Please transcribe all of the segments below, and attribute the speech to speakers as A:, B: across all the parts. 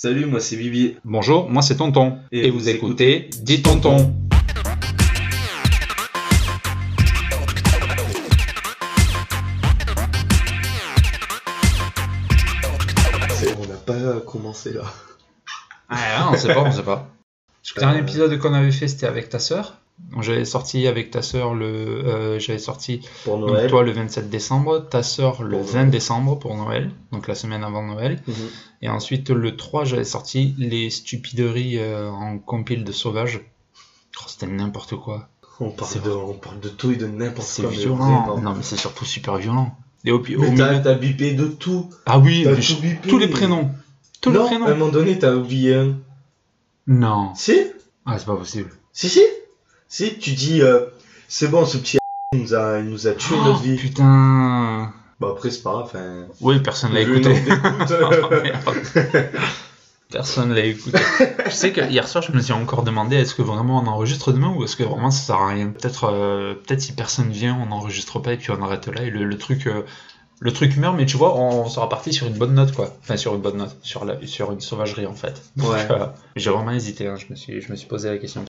A: Salut, moi c'est Bibi.
B: Bonjour, moi c'est Tonton.
A: Et
B: Et,
A: vous
B: vous, écoutez Dis Tonton.
A: C'est- On n'a pas commencé là.
B: Ah, on sait pas, on sait pas. Le
A: Euh,
B: dernier épisode qu'on avait fait, c'était avec ta sœur. Donc, J'avais sorti avec ta sœur le, euh, j'avais sorti
A: Pour
B: donc,
A: Noël.
B: toi le 27 décembre, ta sœur le
A: Pour
B: 20 décembre pour Noël, donc la semaine avant Noël.
A: Mhm.
B: Et ensuite le 3, j'avais sorti les stupideries euh, en compile de sauvage. Oh, c'était n'importe quoi.
A: On, parle
B: C'est
A: de, on parle de tout et de n'importe
B: C'est
A: quoi. mais
B: violent.
A: vraiment.
B: Non, mais c'est surtout super violent. Et au, pi- au
A: Mais t'as
B: milieu...
A: t'as bipé de tout.
B: Ah oui,
A: T'as
B: mais je-
A: tout bipé.
B: tous les prénoms. Tous
A: non, euh,
B: les prénoms.
A: à un moment donné, t'as oublié un.
B: Non.
A: Si
B: Ah, c'est pas possible.
A: Si, si Si, tu dis euh, c'est bon, ce petit il nous a, il nous a
B: Oh,
A: tué notre vie.
B: Putain.
A: Bah après, c'est pas grave. Enfin,
B: Oui, personne l'a
A: le
B: écouté. Oh,
A: nom d'écoute,
B: personne l'a écouté. je sais que hier soir, je me suis encore demandé est-ce que vraiment on enregistre demain ou est-ce que vraiment ça sert à rien Peut-être euh, peut-être si personne vient, on n'enregistre pas et puis on arrête là et le, le truc. euh, le truc meurt, mais tu vois, on sera parti sur une bonne note, quoi. Enfin, sur une bonne note, sur, la, sur une sauvagerie, en fait. Donc,
A: Ouais.
B: euh, J'ai vraiment hésité, hein, je, me suis, je me suis posé la question.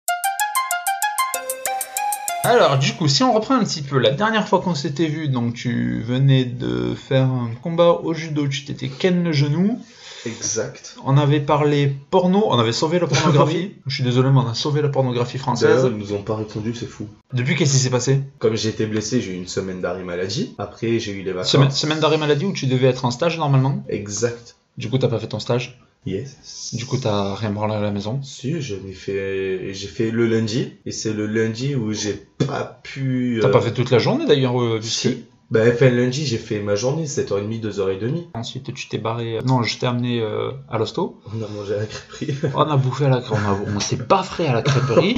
B: Alors, du coup, si on reprend un petit peu, la dernière fois qu'on s'était vu, donc tu venais de faire un combat au judo, tu t'étais ken le genou,
A: exact.
B: on avait parlé porno, on avait sauvé la pornographie. Je suis désolé, mais on a sauvé la pornographie française.
A: D'ailleurs, ils nous ont pas répondu, c'est fou.
B: Depuis, qu'est-ce qui s'est passé
A: Comme j'ai été blessé, j'ai eu une semaine d'arrêt maladie. Après, j'ai eu les vacances.
B: Semaine, semaine d'arrêt maladie où tu devais être en stage normalement.
A: Exact.
B: Du coup, t'as pas fait ton stage.
A: Yes.
B: Du coup, t'as rien branlé à la maison.
A: Si, je l'ai fait, j'ai fait le lundi, et c'est le lundi où j'ai pas pu.
B: T'as
A: euh,
B: pas fait toute la journée d'ailleurs. euh, puisque-
A: Si. Ben, enfin, lundi, j'ai fait ma journée, 7h30, 2h30.
B: Ensuite, tu t'es barré. Non, je t'ai amené euh, à l'hosto.
A: On a mangé à la crêperie.
B: On a bouffé à la crêperie, on, a- on s'est baffré à la crêperie.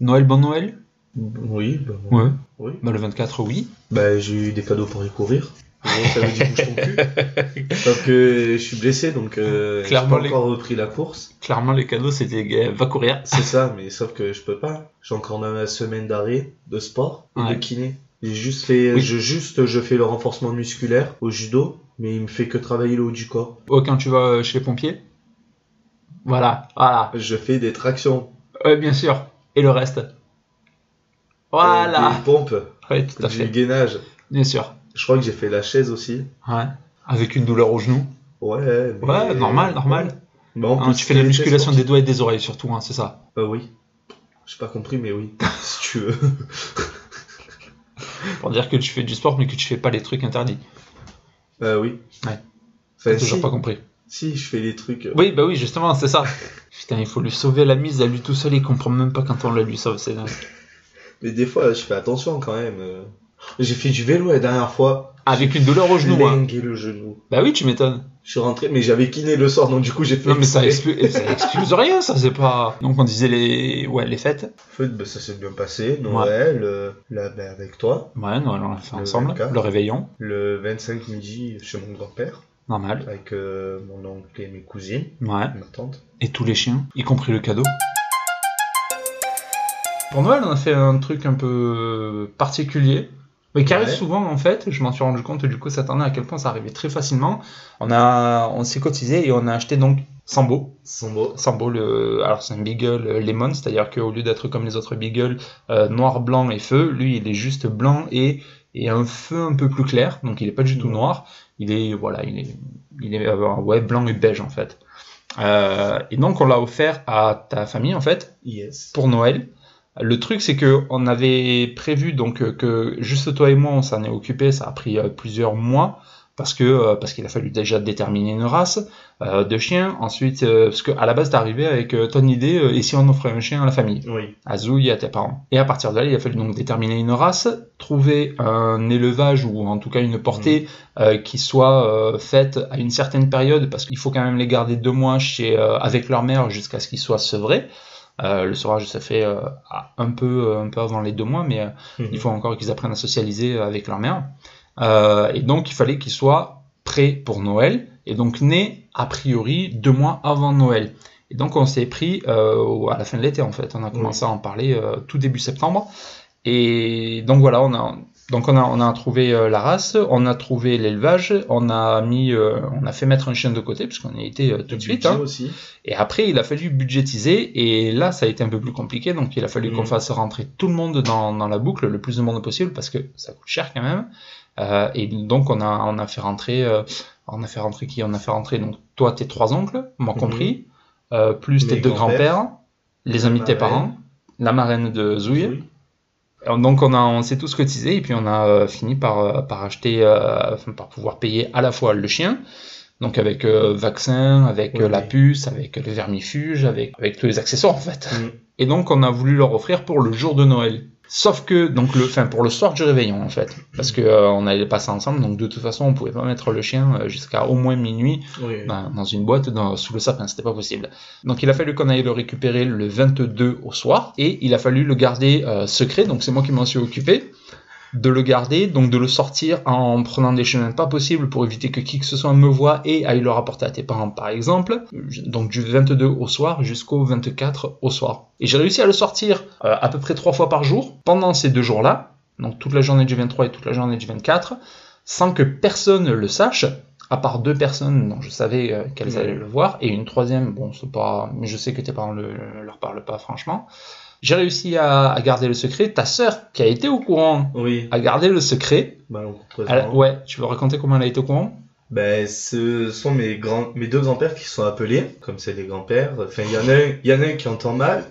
B: Noël, bon Noël
A: Oui, ben.
B: Ouais.
A: Oui.
B: Bah, le 24, oui.
A: Ben, j'ai eu des cadeaux pour y courir. Bon, ça veut dire bouge ton cul. Parce que je suis blessé, donc euh, j'ai pas
B: Clairement, les-
A: encore repris la course.
B: Clairement, les cadeaux, c'était euh, va courir.
A: C'est ça, mais sauf que je peux pas. J'ai encore ma semaine d'arrêt de sport et
B: Ouais.
A: de kiné. J'ai juste fait,
B: Oui.
A: je juste, je fais le renforcement musculaire au judo, mais il me fait que travailler le haut du corps.
B: Oh, quand tu vas euh, chez les pompiers Voilà, voilà.
A: Je fais des tractions.
B: Ouais, bien sûr. Et le reste
A: Euh,
B: Voilà
A: Des pompes,
B: Ouais, tout à
A: du
B: fait.
A: gainage.
B: Bien sûr.
A: Je crois que j'ai fait la chaise aussi.
B: Ouais. Avec une douleur au genou.
A: Ouais, mais-
B: Ouais, normal, normal.
A: Mais en
B: Hein,
A: plus,
B: tu fais la
A: les
B: musculation
A: tests-
B: des doigts et des oreilles, surtout, hein, c'est ça.
A: Euh, oui. J'ai pas compris, mais oui. si tu veux.
B: Pour dire que tu fais du sport, mais que tu fais pas les trucs interdits.
A: Euh, oui.
B: Ouais.
A: Enfin,
B: toujours
A: si,
B: pas compris.
A: si, je fais des trucs.
B: Oui, bah oui, justement, c'est ça. Putain, il faut lui sauver la mise à lui tout seul, il comprend même pas quand on la lui sauve, c'est dingue.
A: Mais des fois, je fais attention quand même. euh. J'ai fait du vélo la dernière fois.
B: Ah, Avec une douleur au
A: Je
B: genou, hein.
A: le genou.
B: Bah oui, tu m'étonnes.
A: Je suis rentré, mais j'avais kiné le soir, donc du coup, j'ai fait.
B: Non, mais ça,
A: exprès.
B: exclu- ça excuse rien, ça, c'est pas. Donc on disait les. Ouais, les fêtes.
A: Feu, ben, ça s'est bien passé. Noël, euh, là, ben, avec toi.
B: Ouais, Noël, on l'a fait
A: Le
B: ensemble.
A: 24.
B: Le réveillon,
A: Le 25 midi, chez mon grand-père.
B: normal.
A: Avec euh, mon oncle et mes cousines.
B: Ouais.
A: Ma tante.
B: Et tous les chiens, y compris le cadeau. Pour Noël, on a fait un truc un peu particulier, mais qui arrive
A: Ouais.
B: souvent en fait. Je m'en suis rendu compte du coup cette année à quel point ça arrivait très facilement. On a, on s'est cotisé et on a acheté donc Sambo.
A: Son beau.
B: Sambo, le, alors c'est un Beagle euh, Lemon, c'est-à-dire qu'au lieu d'être comme les autres Beagles euh, noir, blanc et feu, lui il est juste blanc et, et un feu un peu plus clair, donc il est pas du tout
A: Mhm.
B: noir. Il est voilà, il est, il est euh, ouais blanc et beige en fait. Euh, et donc on l'a offert à ta famille en fait
A: Yes.
B: pour Noël. Le truc c'est que on avait prévu donc euh, que juste toi et moi on s'en est occupé, ça a pris euh, plusieurs mois parce que euh, parce qu'il a fallu déjà déterminer une race euh, de chien. Ensuite euh, parce que à la base t'es arrivé avec euh, ton idée euh, et si on offrait un chien à la famille
A: Oui.
B: à Zouille et à tes parents. Et à partir de là, il a fallu donc déterminer une race, trouver un élevage ou en tout cas une portée euh, qui soit euh, faite à une certaine période parce qu'il faut quand même les garder deux mois chez, euh, avec leur mère jusqu'à ce qu'ils soient sevrés. Euh, le sevrage se fait euh, à- un, peu, euh, un peu avant les deux mois, mais euh,
A: Mhm.
B: il faut encore qu'ils apprennent à socialiser euh, avec leur mère. Euh, et donc, il fallait qu'ils soient prêts pour Noël, et donc nés, a priori, deux mois avant Noël. Et donc, on s'est pris euh, au- à la fin de l'été, en fait. On a commencé à en parler euh, tout début septembre. Et donc, voilà, on a, Donc on a, on a trouvé euh, la race, on a trouvé l'élevage, on a mis, euh, on a fait mettre un chien de côté puisqu'on y était euh, tout
A: Le
B: de suite.
A: budget
B: hein.
A: aussi.
B: Et après il a fallu budgétiser et là ça a été un peu plus compliqué donc il a fallu
A: Mhm.
B: qu'on fasse rentrer tout le monde dans, dans la boucle le plus de monde possible parce que ça coûte cher quand même. Euh, et donc on a on a fait rentrer euh, on a fait rentrer qui on a fait rentrer donc toi tes trois oncles moi
A: Mhm.
B: compris euh, plus tes
A: Mes
B: deux
A: grands-pères,
B: grands-pères les amis de tes
A: marraine.
B: parents la marraine de Zouille.
A: Oui.
B: Alors, Donc on, a- on s'est tous cotisés et puis on a euh, fini par, euh, par acheter, euh, enfin, par pouvoir payer à la fois le chien, donc avec euh, vaccin, avec
A: Oui,
B: euh, la
A: oui.
B: puce, avec le vermifuge, avec, avec tous les accessoires en fait.
A: Mm.
B: Et donc on a voulu leur offrir pour le jour de Noël. Sauf que donc le, enfin pour le soir du réveillon en fait, parce que euh, on allait passer ensemble, donc de toute façon on pouvait pas mettre le chien euh, jusqu'à au moins minuit
A: Oui.
B: dans, dans une boîte dans- sous le sapin, c'était pas possible. Donc il a fallu qu'on aille le récupérer le 22 au soir et il a fallu le garder euh, secret, donc c'est moi qui m'en suis occupé de le garder, donc de le sortir en prenant des chemins pas possibles pour éviter que qui que ce soit me voie et aille le rapporter à tes parents par exemple, donc du 22 au soir jusqu'au 24 au soir. Et j'ai réussi à le sortir euh, à peu près trois fois par jour pendant ces deux jours-là, donc toute la journée du 23 et toute la journée du 24, sans que personne le sache, à part deux personnes dont je savais euh, qu'elles
A: Mhm.
B: allaient le voir, et une troisième, bon, c'est pas, mais je sais que tes parents le, le- leur parlent pas franchement. J'ai réussi à, à garder le secret. Ta sœur, qui a été au courant
A: Oui.
B: a gardé le secret.
A: Malencontreusement.
B: Elle a- Ah, ouais, tu veux raconter comment elle a été au courant
A: Ben, ce sont mes grands, mes deux grands-pères qui sont appelés, comme c'est des grands-pères. Enfin, il y en a, un- il y en a un qui entend mal,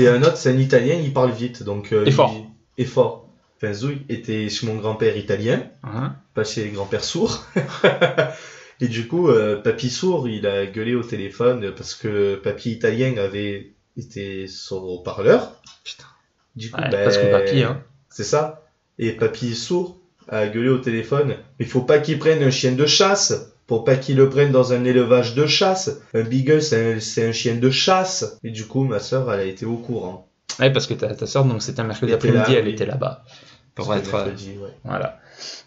A: et un autre, c'est un italien, il parle vite, donc. euh,
B: Et fort.
A: il- et fort. Enfin, Zoui était chez mon grand-père italien,
B: Hein
A: pas chez les grands-pères sourds. et du coup, euh, papy sourd, il a gueulé au téléphone parce que papy italien avait été sur haut-parleur.
B: Putain.
A: Du coup,
B: Ouais,
A: ben,
B: Parce que papy, hein.
A: c'est ça. Et papy sourd a gueulé au téléphone. Il faut pas qu'il prenne un chien de chasse. Pour pas qu'il le prenne dans un élevage de chasse. Un beagle, c'est un, c'est un chien de chasse. Et du coup, ma sœur, elle a été au courant.
B: Ouais, parce que ta, ta soeur, donc c'était un mercredi
A: Elle était
B: après-midi,
A: là,
B: elle
A: oui.
B: était là-bas. Pour
A: Parce que
B: être. euh,
A: mercredi, ouais.
B: Voilà.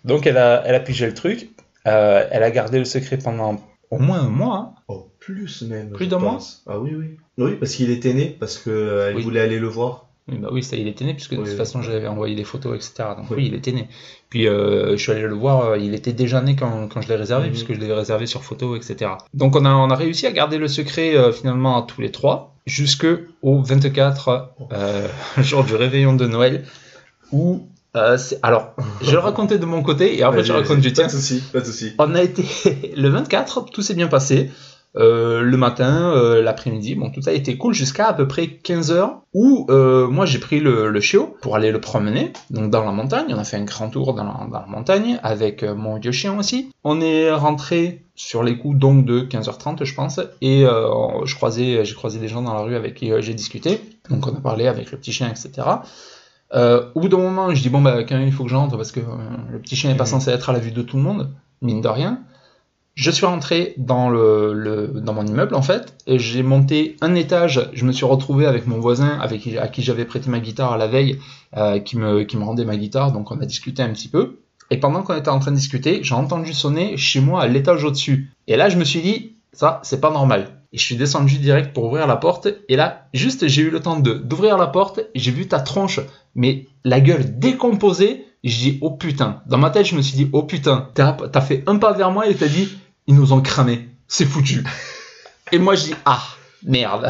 B: Donc elle a, elle a pigé le truc. Euh, elle a gardé le secret pendant au moins un mois. hein.
A: Oh, plus même.
B: Plus
A: je
B: d'un mois
A: pense. Ah oui, oui. Oui, parce qu'il était né, parce que euh, elle
B: hein. Oui.
A: voulait aller le voir.
B: Oui, bah oui, ça, il était né, puisque de
A: Oui,
B: toute
A: oui.
B: façon, j'avais envoyé des photos, etc. Donc oui,
A: Oui.
B: il était né. Puis euh, je suis allé le voir, euh, il était déjà né quand, quand je l'ai réservé,
A: Mhm.
B: puisque je l'ai réservé sur photo, etc. Donc on a, on a réussi à garder le secret euh, finalement à tous les trois, jusque au 24 euh, jour du réveillon de Noël, où... euh, c'est- alors, je le racontais de mon côté, et après je
A: Vas-y,
B: raconte
A: vas-y.
B: du tien.
A: Pas de soucis, pas de soucis.
B: On a été le 24, tout s'est bien passé. Euh, le matin, euh, l'après-midi, bon, tout a été cool jusqu'à à peu près 15h où euh, moi j'ai pris le, le chiot pour aller le promener, donc dans la montagne. On a fait un grand tour dans la, dans la montagne avec euh, mon vieux chien aussi. On est rentré sur les coups donc de 15h30, je pense, et euh, on- je croisais, j'ai croisé des gens dans la rue avec qui euh, j'ai discuté. Donc on a parlé avec le petit chien, etc. Euh, au bout d'un moment, je dis bon bah quand même il faut que je rentre parce que euh, le petit chien n'est pas
A: Mhm.
B: censé être à la vue de tout le monde, mine de rien. Je suis rentré dans le, le- dans mon immeuble en fait. et J'ai monté un étage. Je me suis retrouvé avec mon voisin, avec qui- à qui j'avais prêté ma guitare à la veille, euh, qui me qui me rendait ma guitare. Donc on a discuté un petit peu. Et pendant qu'on était en train de discuter, j'ai entendu sonner chez moi à l'étage au-dessus. Et là, je me suis dit ça, c'est pas normal. Et je suis descendu direct pour ouvrir la porte. Et là, juste, j'ai eu le temps de d'ouvrir la porte. J'ai vu ta tronche, mais la gueule décomposée. Je dis oh putain. Dans ma tête, je me suis dit oh putain. T'as t'as fait un pas vers moi et t'as dit ils nous ont cramé. C'est foutu. Et moi, je dis ah merde.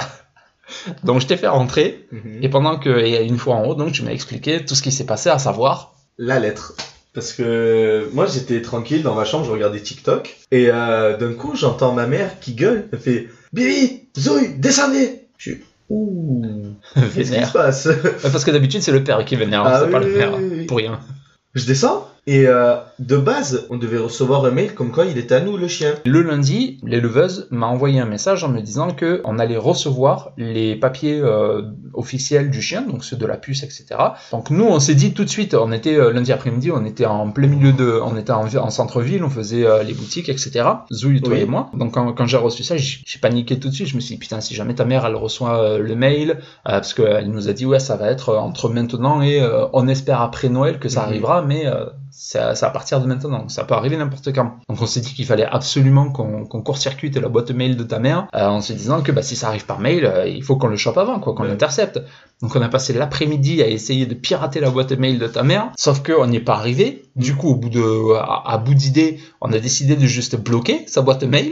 B: Donc je t'ai fait rentrer.
A: Mhm.
B: Et pendant que et une fois en haut, donc tu m'as expliqué tout ce qui s'est passé, à savoir.
A: la lettre. Parce que moi j'étais tranquille dans ma chambre, je regardais TikTok, et euh, d'un coup j'entends ma mère qui gueule, elle fait Bibi, Zoé, descendez Je suis Ouh, qu'est-ce qui
B: Vénère.
A: se passe
B: Ouais, Parce que d'habitude, c'est le père qui est vénère, hein,
A: Ah
B: c'est pas
A: oui,
B: le père.
A: oui, oui.
B: Pour rien.
A: Je descends, et euh, de base on devait recevoir un mail comme quoi il était à nous le chien.
B: Le lundi, l'éleveuse m'a envoyé un message en me disant que on allait recevoir les papiers euh, officiels du chien, donc ceux de la puce, etc. Donc nous, on s'est dit tout de suite, on était euh, lundi après-midi, on était en plein milieu de, on était en, en centre-ville, on faisait euh, les boutiques, etc. Zouille, toi
A: Oui.
B: et moi. Donc quand, quand j'ai reçu ça, j'ai j'ai paniqué tout de suite. Je me suis dit putain, si jamais ta mère elle reçoit euh, le mail, euh, parce qu'elle nous a dit ouais, ça va être euh, entre maintenant et euh, on espère après Noël que ça
A: Mhm.
B: arrivera, mais euh, C'est à, c'est à partir de maintenant, donc ça peut arriver n'importe quand. Donc on s'est dit qu'il fallait absolument qu'on qu'on court-circuite la boîte mail de ta mère euh, en se disant que bah, si ça arrive par mail, euh, il faut qu'on le chope avant, quoi, qu'on
A: Ouais.
B: l'intercepte. Donc on a passé l'après-midi à essayer de pirater la boîte mail de ta mère, sauf qu'on n'y est pas arrivé.
A: Mm.
B: Du coup, au bout de, à, à bout d'idée, on a décidé de juste bloquer sa boîte mail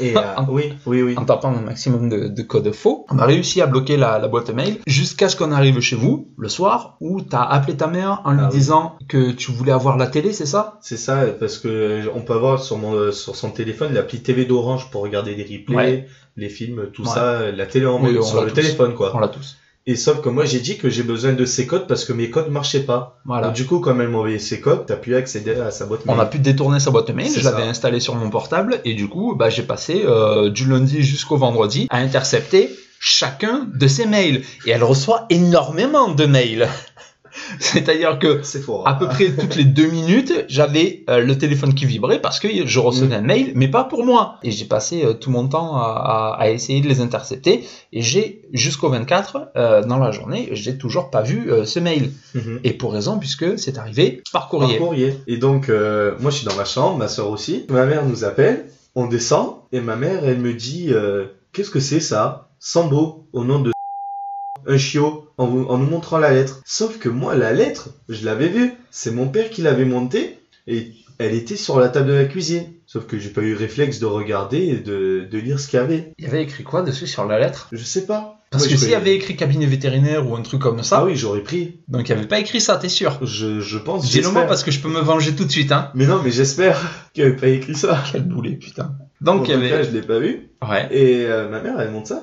A: Et euh, oui, oui, oui.
B: en tapant un maximum de, de codes faux. On a réussi à bloquer la, la boîte mail jusqu'à ce qu'on arrive chez vous le soir où tu as appelé ta mère en lui
A: Ah oui.
B: disant que tu voulais avoir la télé, c'est ça
A: C'est ça, parce que euh, on peut avoir sur, mon, euh, sur son téléphone l'appli TV d'Orange pour regarder des replays,
B: Ouais.
A: les films, tout
B: Ouais.
A: ça, euh, la télé en
B: Oui, on
A: sur
B: l'a
A: le
B: tous.
A: téléphone quoi.
B: On l'a tous.
A: Et sauf que moi j'ai dit que j'ai besoin de ces codes parce que mes codes marchaient pas.
B: Voilà.
A: Donc, du coup, comme elle m'a envoyé ses codes, t'as pu accéder à sa boîte
B: On a pu détourner sa boîte mail,
A: C'est
B: je l'avais
A: ça.
B: installée sur mon portable et du coup, bah, j'ai passé euh, du lundi jusqu'au vendredi à intercepter chacun de ses mails. Et elle reçoit énormément de mails. C'est-à-dire que
A: C'est hein. fort.
B: à peu près toutes les deux minutes, j'avais euh, le téléphone qui vibrait parce que je
A: Mm.
B: recevais un mail, mais pas pour moi. Et j'ai passé euh, tout mon temps à, à- à essayer de les intercepter. Et j'ai jusqu'au 24 euh, dans la journée, j'ai toujours pas vu euh, ce mail.
A: Mhm.
B: Et pour raison, puisque c'est arrivé par
A: Par
B: courrier.
A: courrier. Et donc, euh, moi je suis dans ma chambre, ma soeur aussi. Ma mère nous appelle, on descend, et ma mère elle me dit euh, Qu'est-ce que c'est ça Sambo, au nom de un chiot, en, vous- en nous montrant la lettre. Sauf que moi, la lettre, je l'avais vue. C'est mon père qui l'avait montée, et elle était sur la table de la cuisine. Sauf que j'ai pas eu réflexe de regarder et de, de lire ce qu'il y avait.
B: Il y avait écrit quoi dessus sur la lettre
A: Je sais pas.
B: Parce
A: Moi,
B: que
A: je
B: s'il y
A: connais-
B: avait écrit cabinet vétérinaire ou un truc comme ça,
A: Ah oui, j'aurais pris.
B: donc il n'y avait pas écrit ça, t'es sûr
A: Je, je pense.
B: Dis le moi
A: j'espère.
B: parce que je peux me venger tout de suite, hein.
A: Mais non, mais j'espère qu'il n'y avait pas écrit ça.
B: Quel boulet, putain.
A: En
B: Donc
A: tout
B: il y
A: cas,
B: avait.
A: je l'ai pas vu.
B: Ouais.
A: Et euh, ma mère, elle monte ça.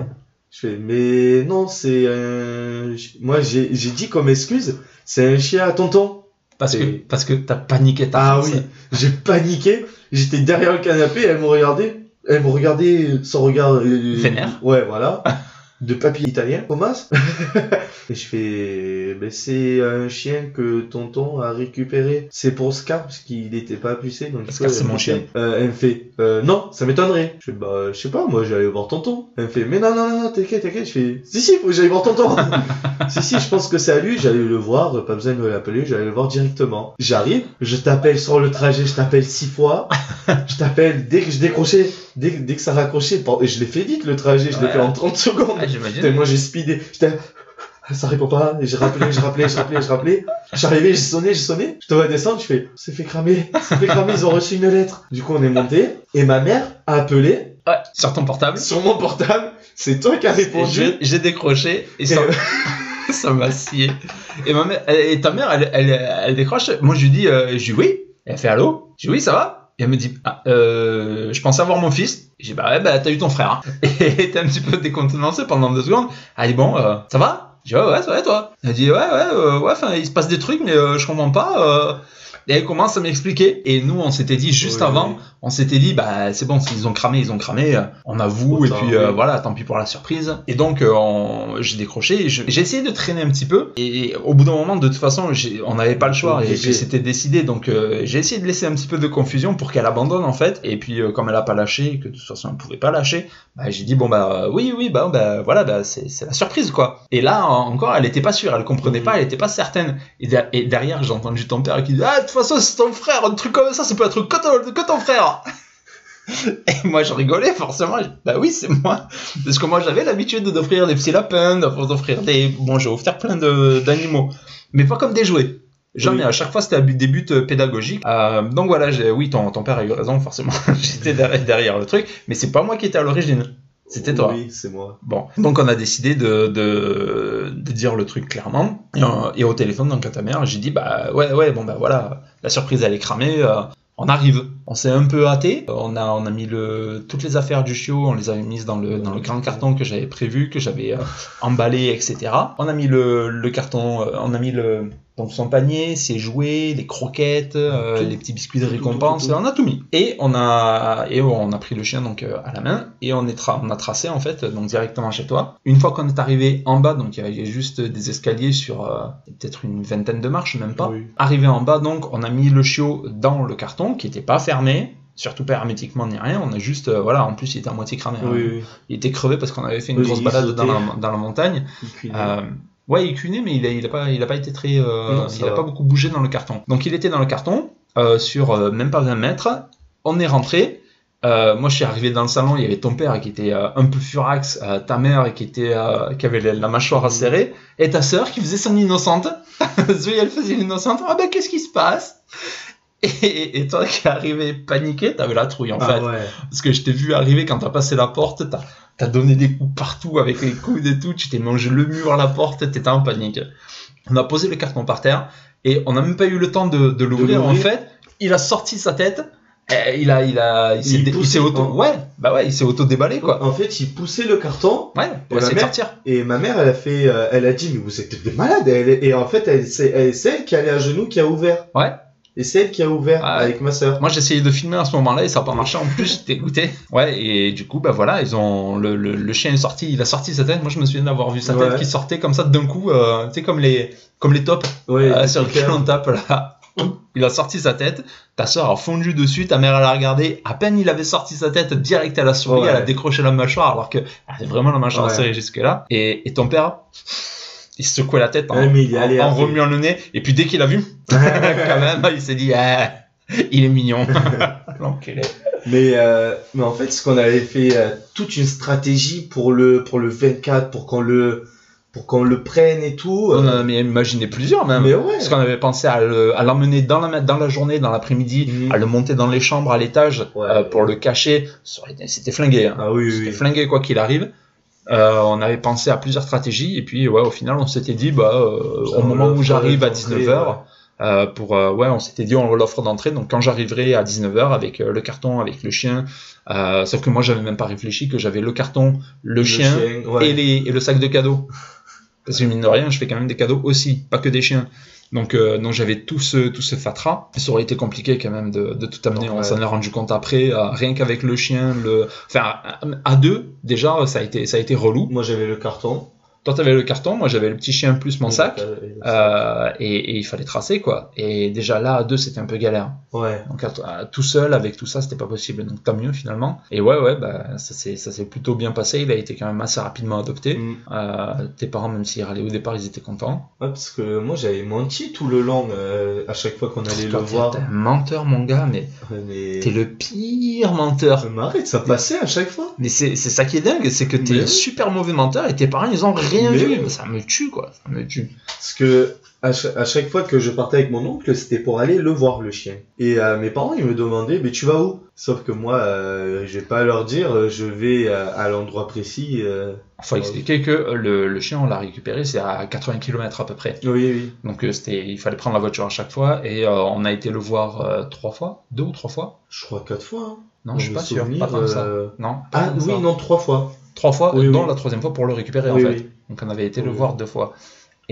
A: Je fais, mais non, c'est un... ch- Moi, j'ai j'ai dit comme excuse, c'est un chien à tonton.
B: Parce que,
A: Et-
B: parce que t'as paniqué ta
A: Ah
B: race.
A: oui, j'ai paniqué. J'étais derrière le canapé, elle me regardait. Elle me regardait sans regard... euh,
B: Vénère.
A: Ouais, voilà. De papier italien, Thomas. Et je fais, ben c'est un chien que tonton a récupéré. C'est pour Scar, parce qu'il n'était pas pucé. Donc
B: Scar, c'est mon chien.
A: Euh, elle me fait, euh, non, ça m'étonnerait. Je fais, bah, je sais pas, moi, j'allais voir tonton. Elle me fait, mais non, non, non, non, t'inquiète, t'inquiète. Je fais, si, si, faut que j'aille voir tonton. si, si, je pense que c'est à lui, j'allais le voir, pas besoin de l'appeler, j'allais le voir directement. J'arrive, je t'appelle sur le trajet, je t'appelle six fois. je t'appelle dès que je décrochais, dès, dès que ça raccrochait. Et je l'ai fait vite, le trajet, je l'ai
B: Ouais.
A: fait en 30 secondes.
B: Ah, j'imagine.
A: Putain, moi j'ai speedé. Putain, ça répond pas. Et j'ai rappelé, j'ai rappelé, j'ai rappelé, j'ai rappelé. J'arrivais, j'ai sonné, j'ai sonné. Je te vois descendre, je fais, c'est fait cramer, c'est fait cramer, ils ont reçu une lettre. Du coup, on est monté. Et ma mère a appelé
B: Ouais, sur ton portable.
A: sur mon portable. C'est toi qui as
B: Et
A: répondu.
B: je- J'ai décroché et ça, ça m'a scié. Et, ma mère, et ta mère, elle, elle, elle décroche. Moi, je lui dis, euh, je dis oui. Elle fait allô Je dis oui, ça va Et elle me dit, ah, euh, je pensais avoir mon fils. J'ai dit, bah ouais, bah, t'as eu ton frère. hein. Et t'es un petit peu décontenancé pendant deux secondes. Elle dit, bon, euh, ça va Je dis, ouais, ouais, ça va et toi Elle dit, ouais, ouais, euh, ouais, enfin, il se passe des trucs, mais euh, je comprends pas. euh. Et elle commence à m'expliquer. Et nous, on s'était dit juste
A: Oui,
B: avant,
A: oui.
B: on s'était dit, bah, c'est bon, s'ils ont cramé, ils ont cramé, euh, on avoue, et
A: Autant,
B: puis euh,
A: oui.
B: voilà, tant pis pour la surprise. Et donc, euh, on- j'ai décroché, et je- j'ai essayé de traîner un petit peu, et au bout d'un moment, de toute façon, j'ai- on n'avait pas le choix, et
A: Obligé.
B: puis c'était décidé, donc euh, j'ai essayé de laisser un petit peu de confusion pour qu'elle abandonne, en fait, et puis euh, comme elle a pas lâché, que de toute façon, elle pouvait pas lâcher, bah, j'ai dit, bon, bah, euh, oui, oui, bah, bah, voilà, bah, c'est c'est la surprise, quoi. Et là, en- encore, elle était pas sûre, elle comprenait
A: Mhm.
B: pas, elle était pas certaine. Et, der- et derrière, j'ai entendu ton père qui dit Ah, de toute façon, c'est ton frère, un truc comme ça, ça peut être que ton, que ton frère. Et moi, je rigolais, forcément. Je- Bah oui, c'est moi. Parce que moi, j'avais l'habitude d'offrir des petits lapins, d'offrir des. Bon, j'ai offert plein de- d'animaux. Mais pas comme des jouets. Jamais,
A: Oui.
B: à chaque fois c'était à but- des buts euh, pédagogiques. Euh, donc voilà, j'ai- oui, ton, ton père a eu raison, forcément. J'étais derrière, derrière le truc, mais c'est pas moi qui étais à l'origine. C'était toi.
A: Oui, c'est moi.
B: Bon, donc on a décidé de, de, de dire le truc clairement. Et, euh, et au téléphone, donc à ta mère, j'ai dit bah ouais, ouais, bon bah voilà, la surprise elle est cramée. euh, on arrive. On s'est un peu hâté. Euh, On a, on a mis le, toutes les affaires du chiot, on les avait mises dans le, dans le grand carton que j'avais prévu, que j'avais euh, emballé, etc. On a mis le, le carton, euh, on a mis le, donc son panier, ses jouets, les croquettes, euh,
A: Tout.
B: les petits biscuits de
A: Tout, tout,
B: récompense,
A: tout, tout.
B: on a tout mis. Et on a, et oh, on a pris le chien donc euh, à la main et on, est tra- on a tracé en fait donc directement chez toi. Une fois qu'on est arrivé en bas, donc il y avait juste des escaliers sur euh, peut-être une vingtaine de marches, même pas.
A: Oui.
B: Arrivé en bas, donc, on a mis le chiot dans le carton qui n'était pas fermé, surtout pas hermétiquement ni rien. On a juste, euh, voilà, en plus, il était à moitié cramé. hein.
A: Oui,
B: Il était crevé parce qu'on avait fait une
A: Oui,
B: grosse
A: il
B: balade dans
A: sautait.
B: la, dans la montagne.
A: oui. Il
B: Euh, ouais, il cunait, mais il n'a il a pas, il a pas été très. euh,
A: Non, ça
B: il n'a
A: va.
B: pas beaucoup bougé dans le carton. Donc, il était dans le carton. euh, sur euh, même pas 20 mètres. On est rentré. Euh, moi, je suis arrivé dans le salon, il y avait ton père qui était euh, un peu furax, euh, ta mère qui, était, euh, qui avait la, la
A: Mm.
B: mâchoire serrée, et ta sœur qui faisait son innocente. Zoé, elle faisait l'innocente. Ah ben, qu'est-ce qui se passe et, et toi qui es arrivé paniqué, t'avais la trouille en fait.
A: Ah ouais.
B: Parce que je t'ai vu arriver quand t'as passé la porte, t'as as donné des coups partout avec les coudes et tout, tu t'es mangé le mur à la porte, t'étais en panique. On a posé le carton par terre et on n'a même pas eu le temps de, de l'ouvrir en
A: l'ouvrir.
B: fait. Il a sorti sa tête, et il a, il a, il s'est
A: Il
B: dé- il
A: poussait,
B: s'est auto,
A: hein.
B: ouais, bah ouais, il s'est auto déballé quoi.
A: En fait, il poussait le carton
B: Ouais,
A: Et la
B: pour essayer de
A: mère
B: sortir.
A: et ma mère, elle a fait, euh, elle a dit mais vous êtes des malades. Elle- et en fait, elle, c'est elle- c'est elle qui allait à genoux qui a ouvert.
B: Ouais.
A: Et c'est elle qui a ouvert
B: Ah ouais.
A: avec ma sœur.
B: Moi j'essayais de filmer à ce moment-là et ça n'a pas marché. En plus j'étais goûté. Ouais et du coup bah voilà ils ont le, le, le chien est sorti, il a sorti sa tête. Moi je me souviens d'avoir vu sa tête
A: Ouais.
B: qui sortait comme ça d'un coup, euh, tu sais comme les comme les tops
A: Ouais.
B: euh, sur lequel on tape là. Il a sorti sa tête, ta soeur a fondu dessus, ta mère elle a regardé. À peine il avait sorti sa tête, direct elle a souri,
A: Ouais.
B: elle a décroché la mâchoire alors que elle avait vraiment la mâchoire
A: Ouais.
B: serrée jusque là. Et, et ton père, il secouait la tête en,
A: Ouais, mais il est
B: en-
A: allé
B: en
A: après.
B: remuant le nez. Et puis dès qu'il a vu, quand même, il s'est dit, Eh, il est mignon. L'enculé.
A: Mais, euh, mais en fait, ce qu'on avait fait euh, toute une stratégie pour le pour le 24 pour qu'on le pour qu'on le prenne et tout. euh,
B: On en a imaginé plusieurs même.
A: mais ouais.
B: Parce qu'on avait pensé à le- à l'emmener dans la, ma- dans la journée, dans l'après-midi,
A: Mhm.
B: à le monter dans les chambres, à l'étage,
A: Ouais.
B: euh, pour le cacher. Ça aurait été- C'était flingué. hein.
A: Ah oui, oui,
B: C'était
A: oui.
B: flingué quoi qu'il arrive. Euh, on avait pensé à plusieurs stratégies et puis ouais, au final on s'était dit bah euh,
A: Ça,
B: au
A: on
B: moment
A: l'offre
B: où j'arrive à
A: d'entrée,
B: 19h
A: ouais.
B: euh, pour euh, ouais on s'était dit on l'offre d'entrée donc quand j'arriverai à 19h avec euh, le carton avec le chien euh, sauf que moi j'avais même pas réfléchi que j'avais le carton le, chien,
A: ouais.
B: et, les, et le sac de cadeaux. Parce que mine de rien, je fais quand même des cadeaux aussi, pas que des chiens. Donc, euh, donc j'avais tout ce, tout ce fatras. Ça aurait été compliqué quand même de, de tout amener.
A: Donc,
B: On
A: ouais.
B: s'en est rendu compte après, euh, rien qu'avec le chien. Le... Enfin, à- à deux, déjà, ça a été, ça a été relou.
A: Moi, j'avais le carton.
B: Toi, t'avais le carton, moi j'avais le petit chien plus mon
A: Et
B: sac.
A: le- et le sac.
B: Euh, et, et il fallait tracer, quoi. Et déjà là, à deux, c'était un peu galère.
A: Ouais.
B: Donc, à- à- tout seul, avec tout ça, c'était pas possible. Donc, tant mieux finalement. Et ouais, ouais, bah, ça s'est ça s'est plutôt bien passé. Il a été quand même assez rapidement adopté.
A: Mm.
B: Euh, tes parents, même s'ils râlaient au départ, ils étaient contents.
A: Ouais, parce que moi j'avais menti tout le long euh, à chaque fois qu'on allait le
B: Toi, t'es-
A: voir.
B: T'es un menteur, mon gars, mais
A: Mais...
B: t'es le pire menteur.
A: Mais arrête, ça passait à chaque fois.
B: Mais c'est c'est ça qui est dingue, c'est que t'es
A: Mais
B: un
A: oui.
B: super mauvais menteur et tes parents, ils ont rien
A: Mais
B: vu.
A: oui.
B: Mais Ça me tue, quoi. Ça me tue.
A: Parce que à, cha- à chaque fois que je partais avec mon oncle, c'était pour aller le voir le chien. Et euh, mes parents, ils me demandaient, mais tu vas où Sauf que moi, euh, je vais pas leur dire, euh, je vais euh, à l'endroit précis. euh.
B: Faut
A: Ouais.
B: expliquer que euh, le, le chien, on l'a récupéré, c'est à 80 km à peu près.
A: Oui, oui.
B: Donc euh, c'était, il fallait prendre la voiture à chaque fois et euh, on a été le voir euh, trois fois, deux ou trois fois.
A: Je crois quatre fois. hein.
B: Non,
A: Dans
B: je suis
A: mes
B: pas sûr.
A: souvenirs,
B: Pas tant que ça.
A: euh,
B: Non. pas
A: Ah
B: tant que
A: oui,
B: ça.
A: non, trois fois.
B: Trois fois,
A: Oui,
B: dont
A: oui.
B: la troisième fois pour le récupérer en
A: oui,
B: fait.
A: oui.
B: Donc on avait été le
A: Oui.
B: voir deux fois.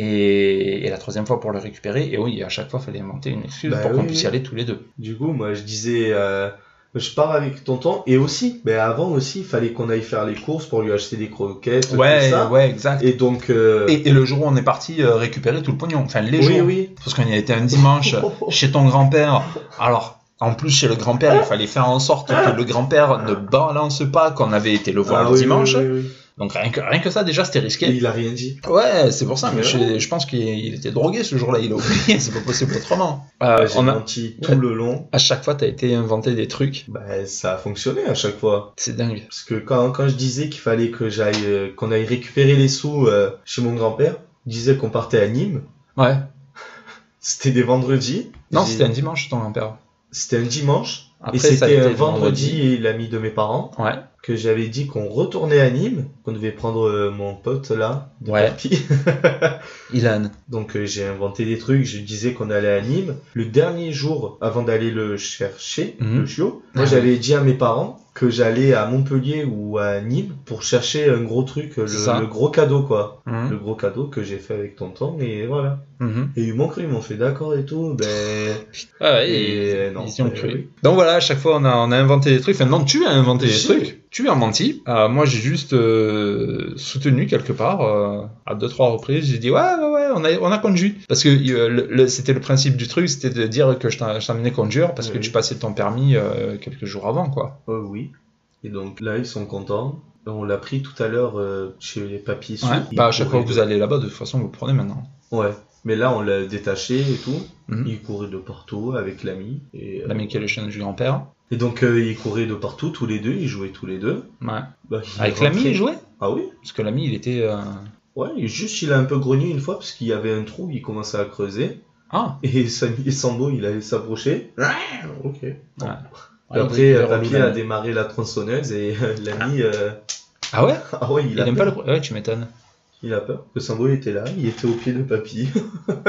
B: Et, et la troisième fois pour le récupérer. Et oui, à chaque fois, il fallait inventer une excuse
A: Bah
B: pour qu'on
A: oui,
B: puisse y
A: oui.
B: aller tous les deux.
A: Du coup, moi, je disais, euh, je pars avec tonton. Et aussi, ben avant aussi, il fallait qu'on aille faire les courses pour lui acheter des croquettes, tout
B: Ouais,
A: ça.
B: ouais, exact.
A: Et donc, euh,
B: Et, et le jour où on est parti euh, récupérer tout le pognon, enfin les
A: oui,
B: jours,
A: oui. Ah
B: parce qu'on y a été un dimanche chez ton grand-père. Alors, en plus, chez le grand-père, il fallait faire en sorte que le grand-père ne balance pas qu'on avait été le
A: Ah
B: voir le
A: oui,
B: dimanche.
A: oui, oui, oui.
B: Donc rien que, rien que ça, déjà, c'était risqué.
A: Et il a rien dit.
B: Ouais, c'est pour ça, mais
A: Mais
B: je,
A: ouais.
B: je pense qu'il il était drogué ce jour-là, il a oublié, c'est pas possible autrement. Euh,
A: J'ai
B: on a,
A: menti
B: Ouais.
A: tout le long.
B: à chaque fois, t'as été inventé des trucs,
A: Ben, ça a fonctionné à chaque fois.
B: c'est dingue.
A: Parce que quand, quand je disais qu'il fallait que j'aille, euh, qu'on aille récupérer les sous euh, chez mon grand-père, je disais qu'on partait à Nîmes.
B: Ouais.
A: C'était des vendredis.
B: Non,
A: J'ai-
B: c'était un dimanche, ton grand-père.
A: c'était un dimanche.
B: Après,
A: et
B: ça a été
A: c'était un
B: le
A: vendredi, et l'ami de mes parents,
B: Ouais.
A: que j'avais dit qu'on retournait à Nîmes, qu'on devait prendre euh, mon pote là, de
B: Ouais.
A: papy.
B: Ilan.
A: Donc euh, j'ai inventé des trucs, je disais qu'on allait à Nîmes. Le dernier jour, avant d'aller le chercher,
B: Mhm.
A: le chiot,
B: Ah
A: moi
B: oui.
A: j'avais dit à mes parents que j'allais à Montpellier ou à Nîmes pour chercher un gros truc, le,
B: C'est ça.
A: le gros cadeau quoi.
B: Mhm.
A: Le gros cadeau que j'ai fait avec tonton et voilà.
B: Mhm.
A: Et ils m'ont cru, ils m'ont fait d'accord et tout, ben...
B: Ah ouais,
A: Et
B: ils,
A: non,
B: ils y ont
A: euh,
B: cru.
A: oui.
B: Donc voilà, à chaque fois, on a, on a inventé des trucs. Enfin, non, tu as inventé des
A: J'ai-
B: trucs. Tu as menti. Euh, moi, j'ai juste euh, soutenu quelque part, euh, à deux, trois reprises. J'ai dit, ouais, ouais, ouais, on a, on a conduit. Parce que euh, le- le- c'était le principe du truc, c'était de dire que je t'en- je t'emmenais conduire parce que
A: Oui.
B: tu passais ton permis euh, quelques jours avant, quoi.
A: Euh, oui. Et donc là, ils sont contents. On l'a pris tout à l'heure euh, chez les papys.
B: Ouais.
A: sourds.
B: Bah, à chaque
A: Ils
B: fois que
A: couraient
B: vous allez là-bas, de toute façon, vous le prenez maintenant.
A: Ouais. Mais là, on l'a détaché et tout.
B: Mhm.
A: Il courait de partout avec l'ami. Et, euh,
B: L'ami qui est le chien du grand-père.
A: et donc, euh, ils couraient de partout, tous les deux. Ils jouaient tous les deux.
B: Ouais.
A: Bah, ils
B: Avec l'ami,
A: rentraient-
B: il jouait
A: Ah oui
B: Parce que l'ami, il était. euh,
A: Ouais, et juste il a un peu grogné une fois parce qu'il y avait un trou, il commençait à creuser.
B: Ah
A: Et, Samy- et Sambo, il allait s'approcher. Ah, Ok.
C: Ouais,
A: Après,
C: il est
A: euh, Papy
C: relou,
A: a
C: là.
A: démarré la tronçonneuse et euh, l'ami. euh,
B: Ah ouais
A: Ah ouais, il,
B: Il
A: a
B: aime
A: peur.
B: pas le. Ouais, tu m'étonnes.
A: Il a peur. Que Sambo était là, il était au pied de Papy.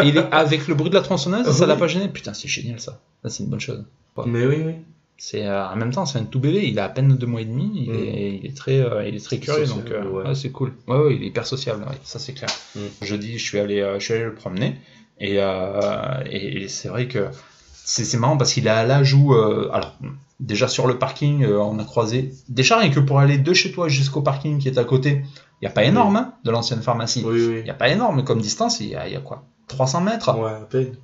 B: Et il est avec le bruit de la tronçonneuse,
A: Ah
B: ça
A: oui.
B: l'a pas gêné. Putain, c'est génial ça. Ça, c'est une bonne chose. Ouais.
A: Mais oui, oui.
B: C'est euh, en même temps, c'est un tout bébé. Il a à peine deux mois et demi. Il,
A: Mm.
B: est, il est très, euh, il est très curieux,
A: Sociable,
B: donc euh,
A: ouais.
B: ouais, c'est cool. Ouais, ouais, il est hyper sociable. ouais, ça c'est clair.
A: Mm.
B: Jeudi, je suis allé, euh, je suis allé le promener et, euh, et c'est vrai que c'est c'est marrant parce qu'il a l'âge où, euh, alors déjà sur le parking, euh, on a croisé déjà rien que pour aller de chez toi jusqu'au parking qui est à côté, il y a pas énorme hein, de l'ancienne pharmacie.
A: Oui,
B: Il
A: oui.
B: y a pas énorme comme distance. Il y a, il y a quoi 300 mètres.
A: Ouais, à peine.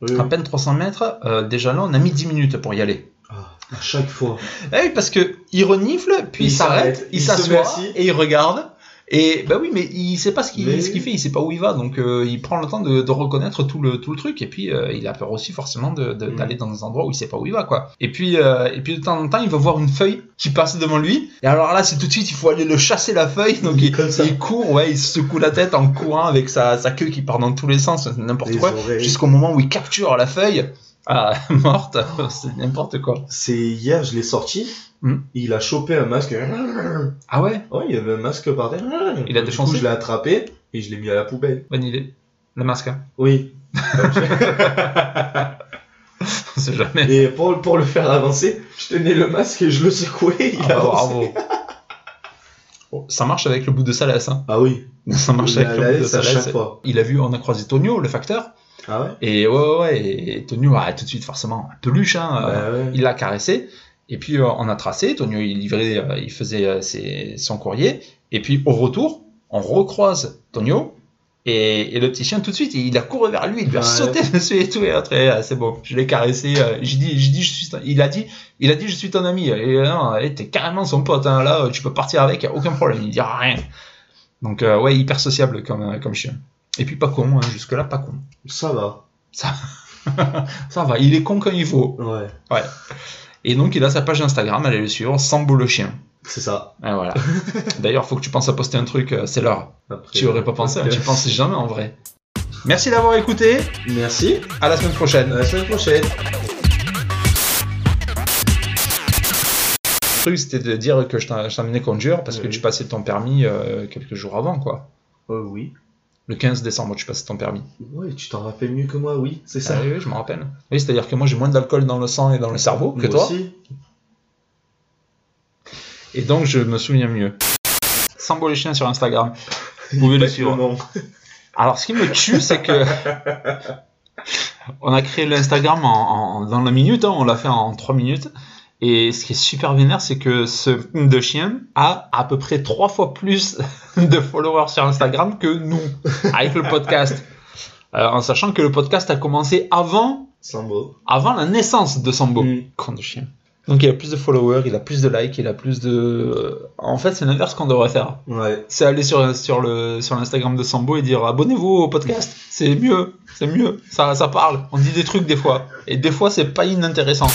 A: Oui, oui.
B: À peine 300 mètres, euh, déjà là, on a mis 10 minutes pour y aller.
A: Ah, à chaque fois.
B: Eh oui, parce que il renifle, puis
A: Il
B: il s'arrête,
A: s'arrête,
B: il
A: il se met
B: s'assoit
A: assis.
B: et il regarde. Et bah oui, mais il sait pas ce qu'il
A: Mais
B: ce qu'il
A: oui.
B: fait, il sait pas où il va, donc euh, il prend le temps de, de reconnaître tout le tout le truc. Et puis euh, il a peur aussi forcément de- de-
A: Mm.
B: d'aller dans des endroits où il sait pas où il va quoi. Et puis euh, et puis de temps en temps il va voir une feuille qui passe devant lui. Et alors là c'est tout de suite il faut aller le chasser la feuille, donc il,
A: Comme ça.
B: il court, ouais, il se secoue la tête en courant avec sa, sa queue qui part dans tous les sens, n'importe
A: Les
B: quoi,
A: oreilles.
B: jusqu'au moment où il capture la feuille. Ah, morte, c'est n'importe quoi.
A: C'est hier, je l'ai sorti.
B: Hmm.
A: Il a chopé un masque.
B: Ah ouais.
A: Ouais, Oh, il y avait un masque par terre. Ah,
B: Il a
A: Du
B: défoncé
A: coup, je l'ai attrapé et je l'ai mis à la poubelle.
B: Bonne idée. La masque. hein.
A: Oui.
B: On sait jamais.
A: Et pour, pour le faire avancer, je tenais le masque et je le secouais. Il
B: Ah, bah,
A: avançait.
B: bravo. Oh, Ça marche avec le bout de sa laisse. hein.
A: Ah oui.
B: Ça marche
A: La-
B: avec
A: la
B: le bout de
A: laisse
B: sa
A: à
B: laisse.
A: chaque fois.
B: Il a vu, on a croisé Tonio, le facteur.
A: Ah ouais.
B: Et ouais, ouais, ouais, et Tonio, ah, tout de suite, forcément, peluche. Hein, euh,
A: Bah ouais.
B: il l'a caressé. Et puis, euh, on a tracé. Tonio, il livrait, euh, il faisait euh, ses- son courrier. Et puis, au retour, on recroise Tonio. Et, et le petit chien, tout de suite, il a couru vers lui, il lui a
A: Ouais.
B: sauté dessus et tout. Et après, ah, c'est bon, je l'ai caressé. euh, J'ai dit, j'ai dit, je suis ton- il a dit, il a dit, je suis ton ami. Et euh, non, eh, t'es carrément son pote. hein, là, euh, tu peux partir avec, y a aucun problème. Il dira rien. Donc, euh, ouais, hyper sociable comme, euh, comme chien. Et puis, pas con, hein, jusque-là, pas con.
A: Ça va.
B: Ça va, il est con quand il faut.
A: Ouais.
B: Et donc, il a sa page Instagram, allez le suivre, Sambo le chien.
A: C'est ça.
B: Ah, voilà. D'ailleurs, faut que tu penses à poster un truc, euh, c'est l'heure.
A: Après, euh,
B: Tu y aurais pas pensé, hein,
A: ok.
B: tu y penses jamais en vrai. Merci d'avoir écouté,
A: Merci.
B: à la semaine
A: À
B: prochaine.
A: la semaine prochaine.
B: Le truc, c'était de dire que je t'en- je t'emmenais conduire parce que
A: Oui.
B: tu passais ton permis euh, quelques jours avant, quoi.
A: Oh oui.
B: Le 15 décembre, tu passais ton permis.
A: Ouais, tu t'en rappelles mieux que moi, oui. C'est ça.
B: Ah oui, oui, je me rappelle. Oui, c'est-à-dire que moi, j'ai moins d'alcool dans le sang et dans le cerveau que
A: Moi
B: toi.
A: aussi.
B: Et donc, je me souviens mieux. Sambo le chien sur Instagram. Vous pouvez le suivre.
A: Non.
B: Alors, ce qui me tue, c'est que. On a créé l'Instagram en, en- dans la minute, hein, on l'a fait en 3 minutes. Et ce qui est super vénère, c'est que ce de chien a à peu près 3 fois plus de followers sur Instagram que nous, avec le podcast. Euh, en sachant que le podcast a commencé avant,
A: Sambo.
B: avant la naissance de Sambo. Con de chien. Donc il a plus de followers, il a plus de likes, il a plus de. En fait, c'est l'inverse qu'on devrait faire
A: Ouais.
B: c'est aller sur, sur le sur l'Instagram de Sambo et dire abonnez-vous au podcast, c'est mieux, c'est mieux, ça, ça parle, on dit des trucs des fois, et des fois c'est pas inintéressant.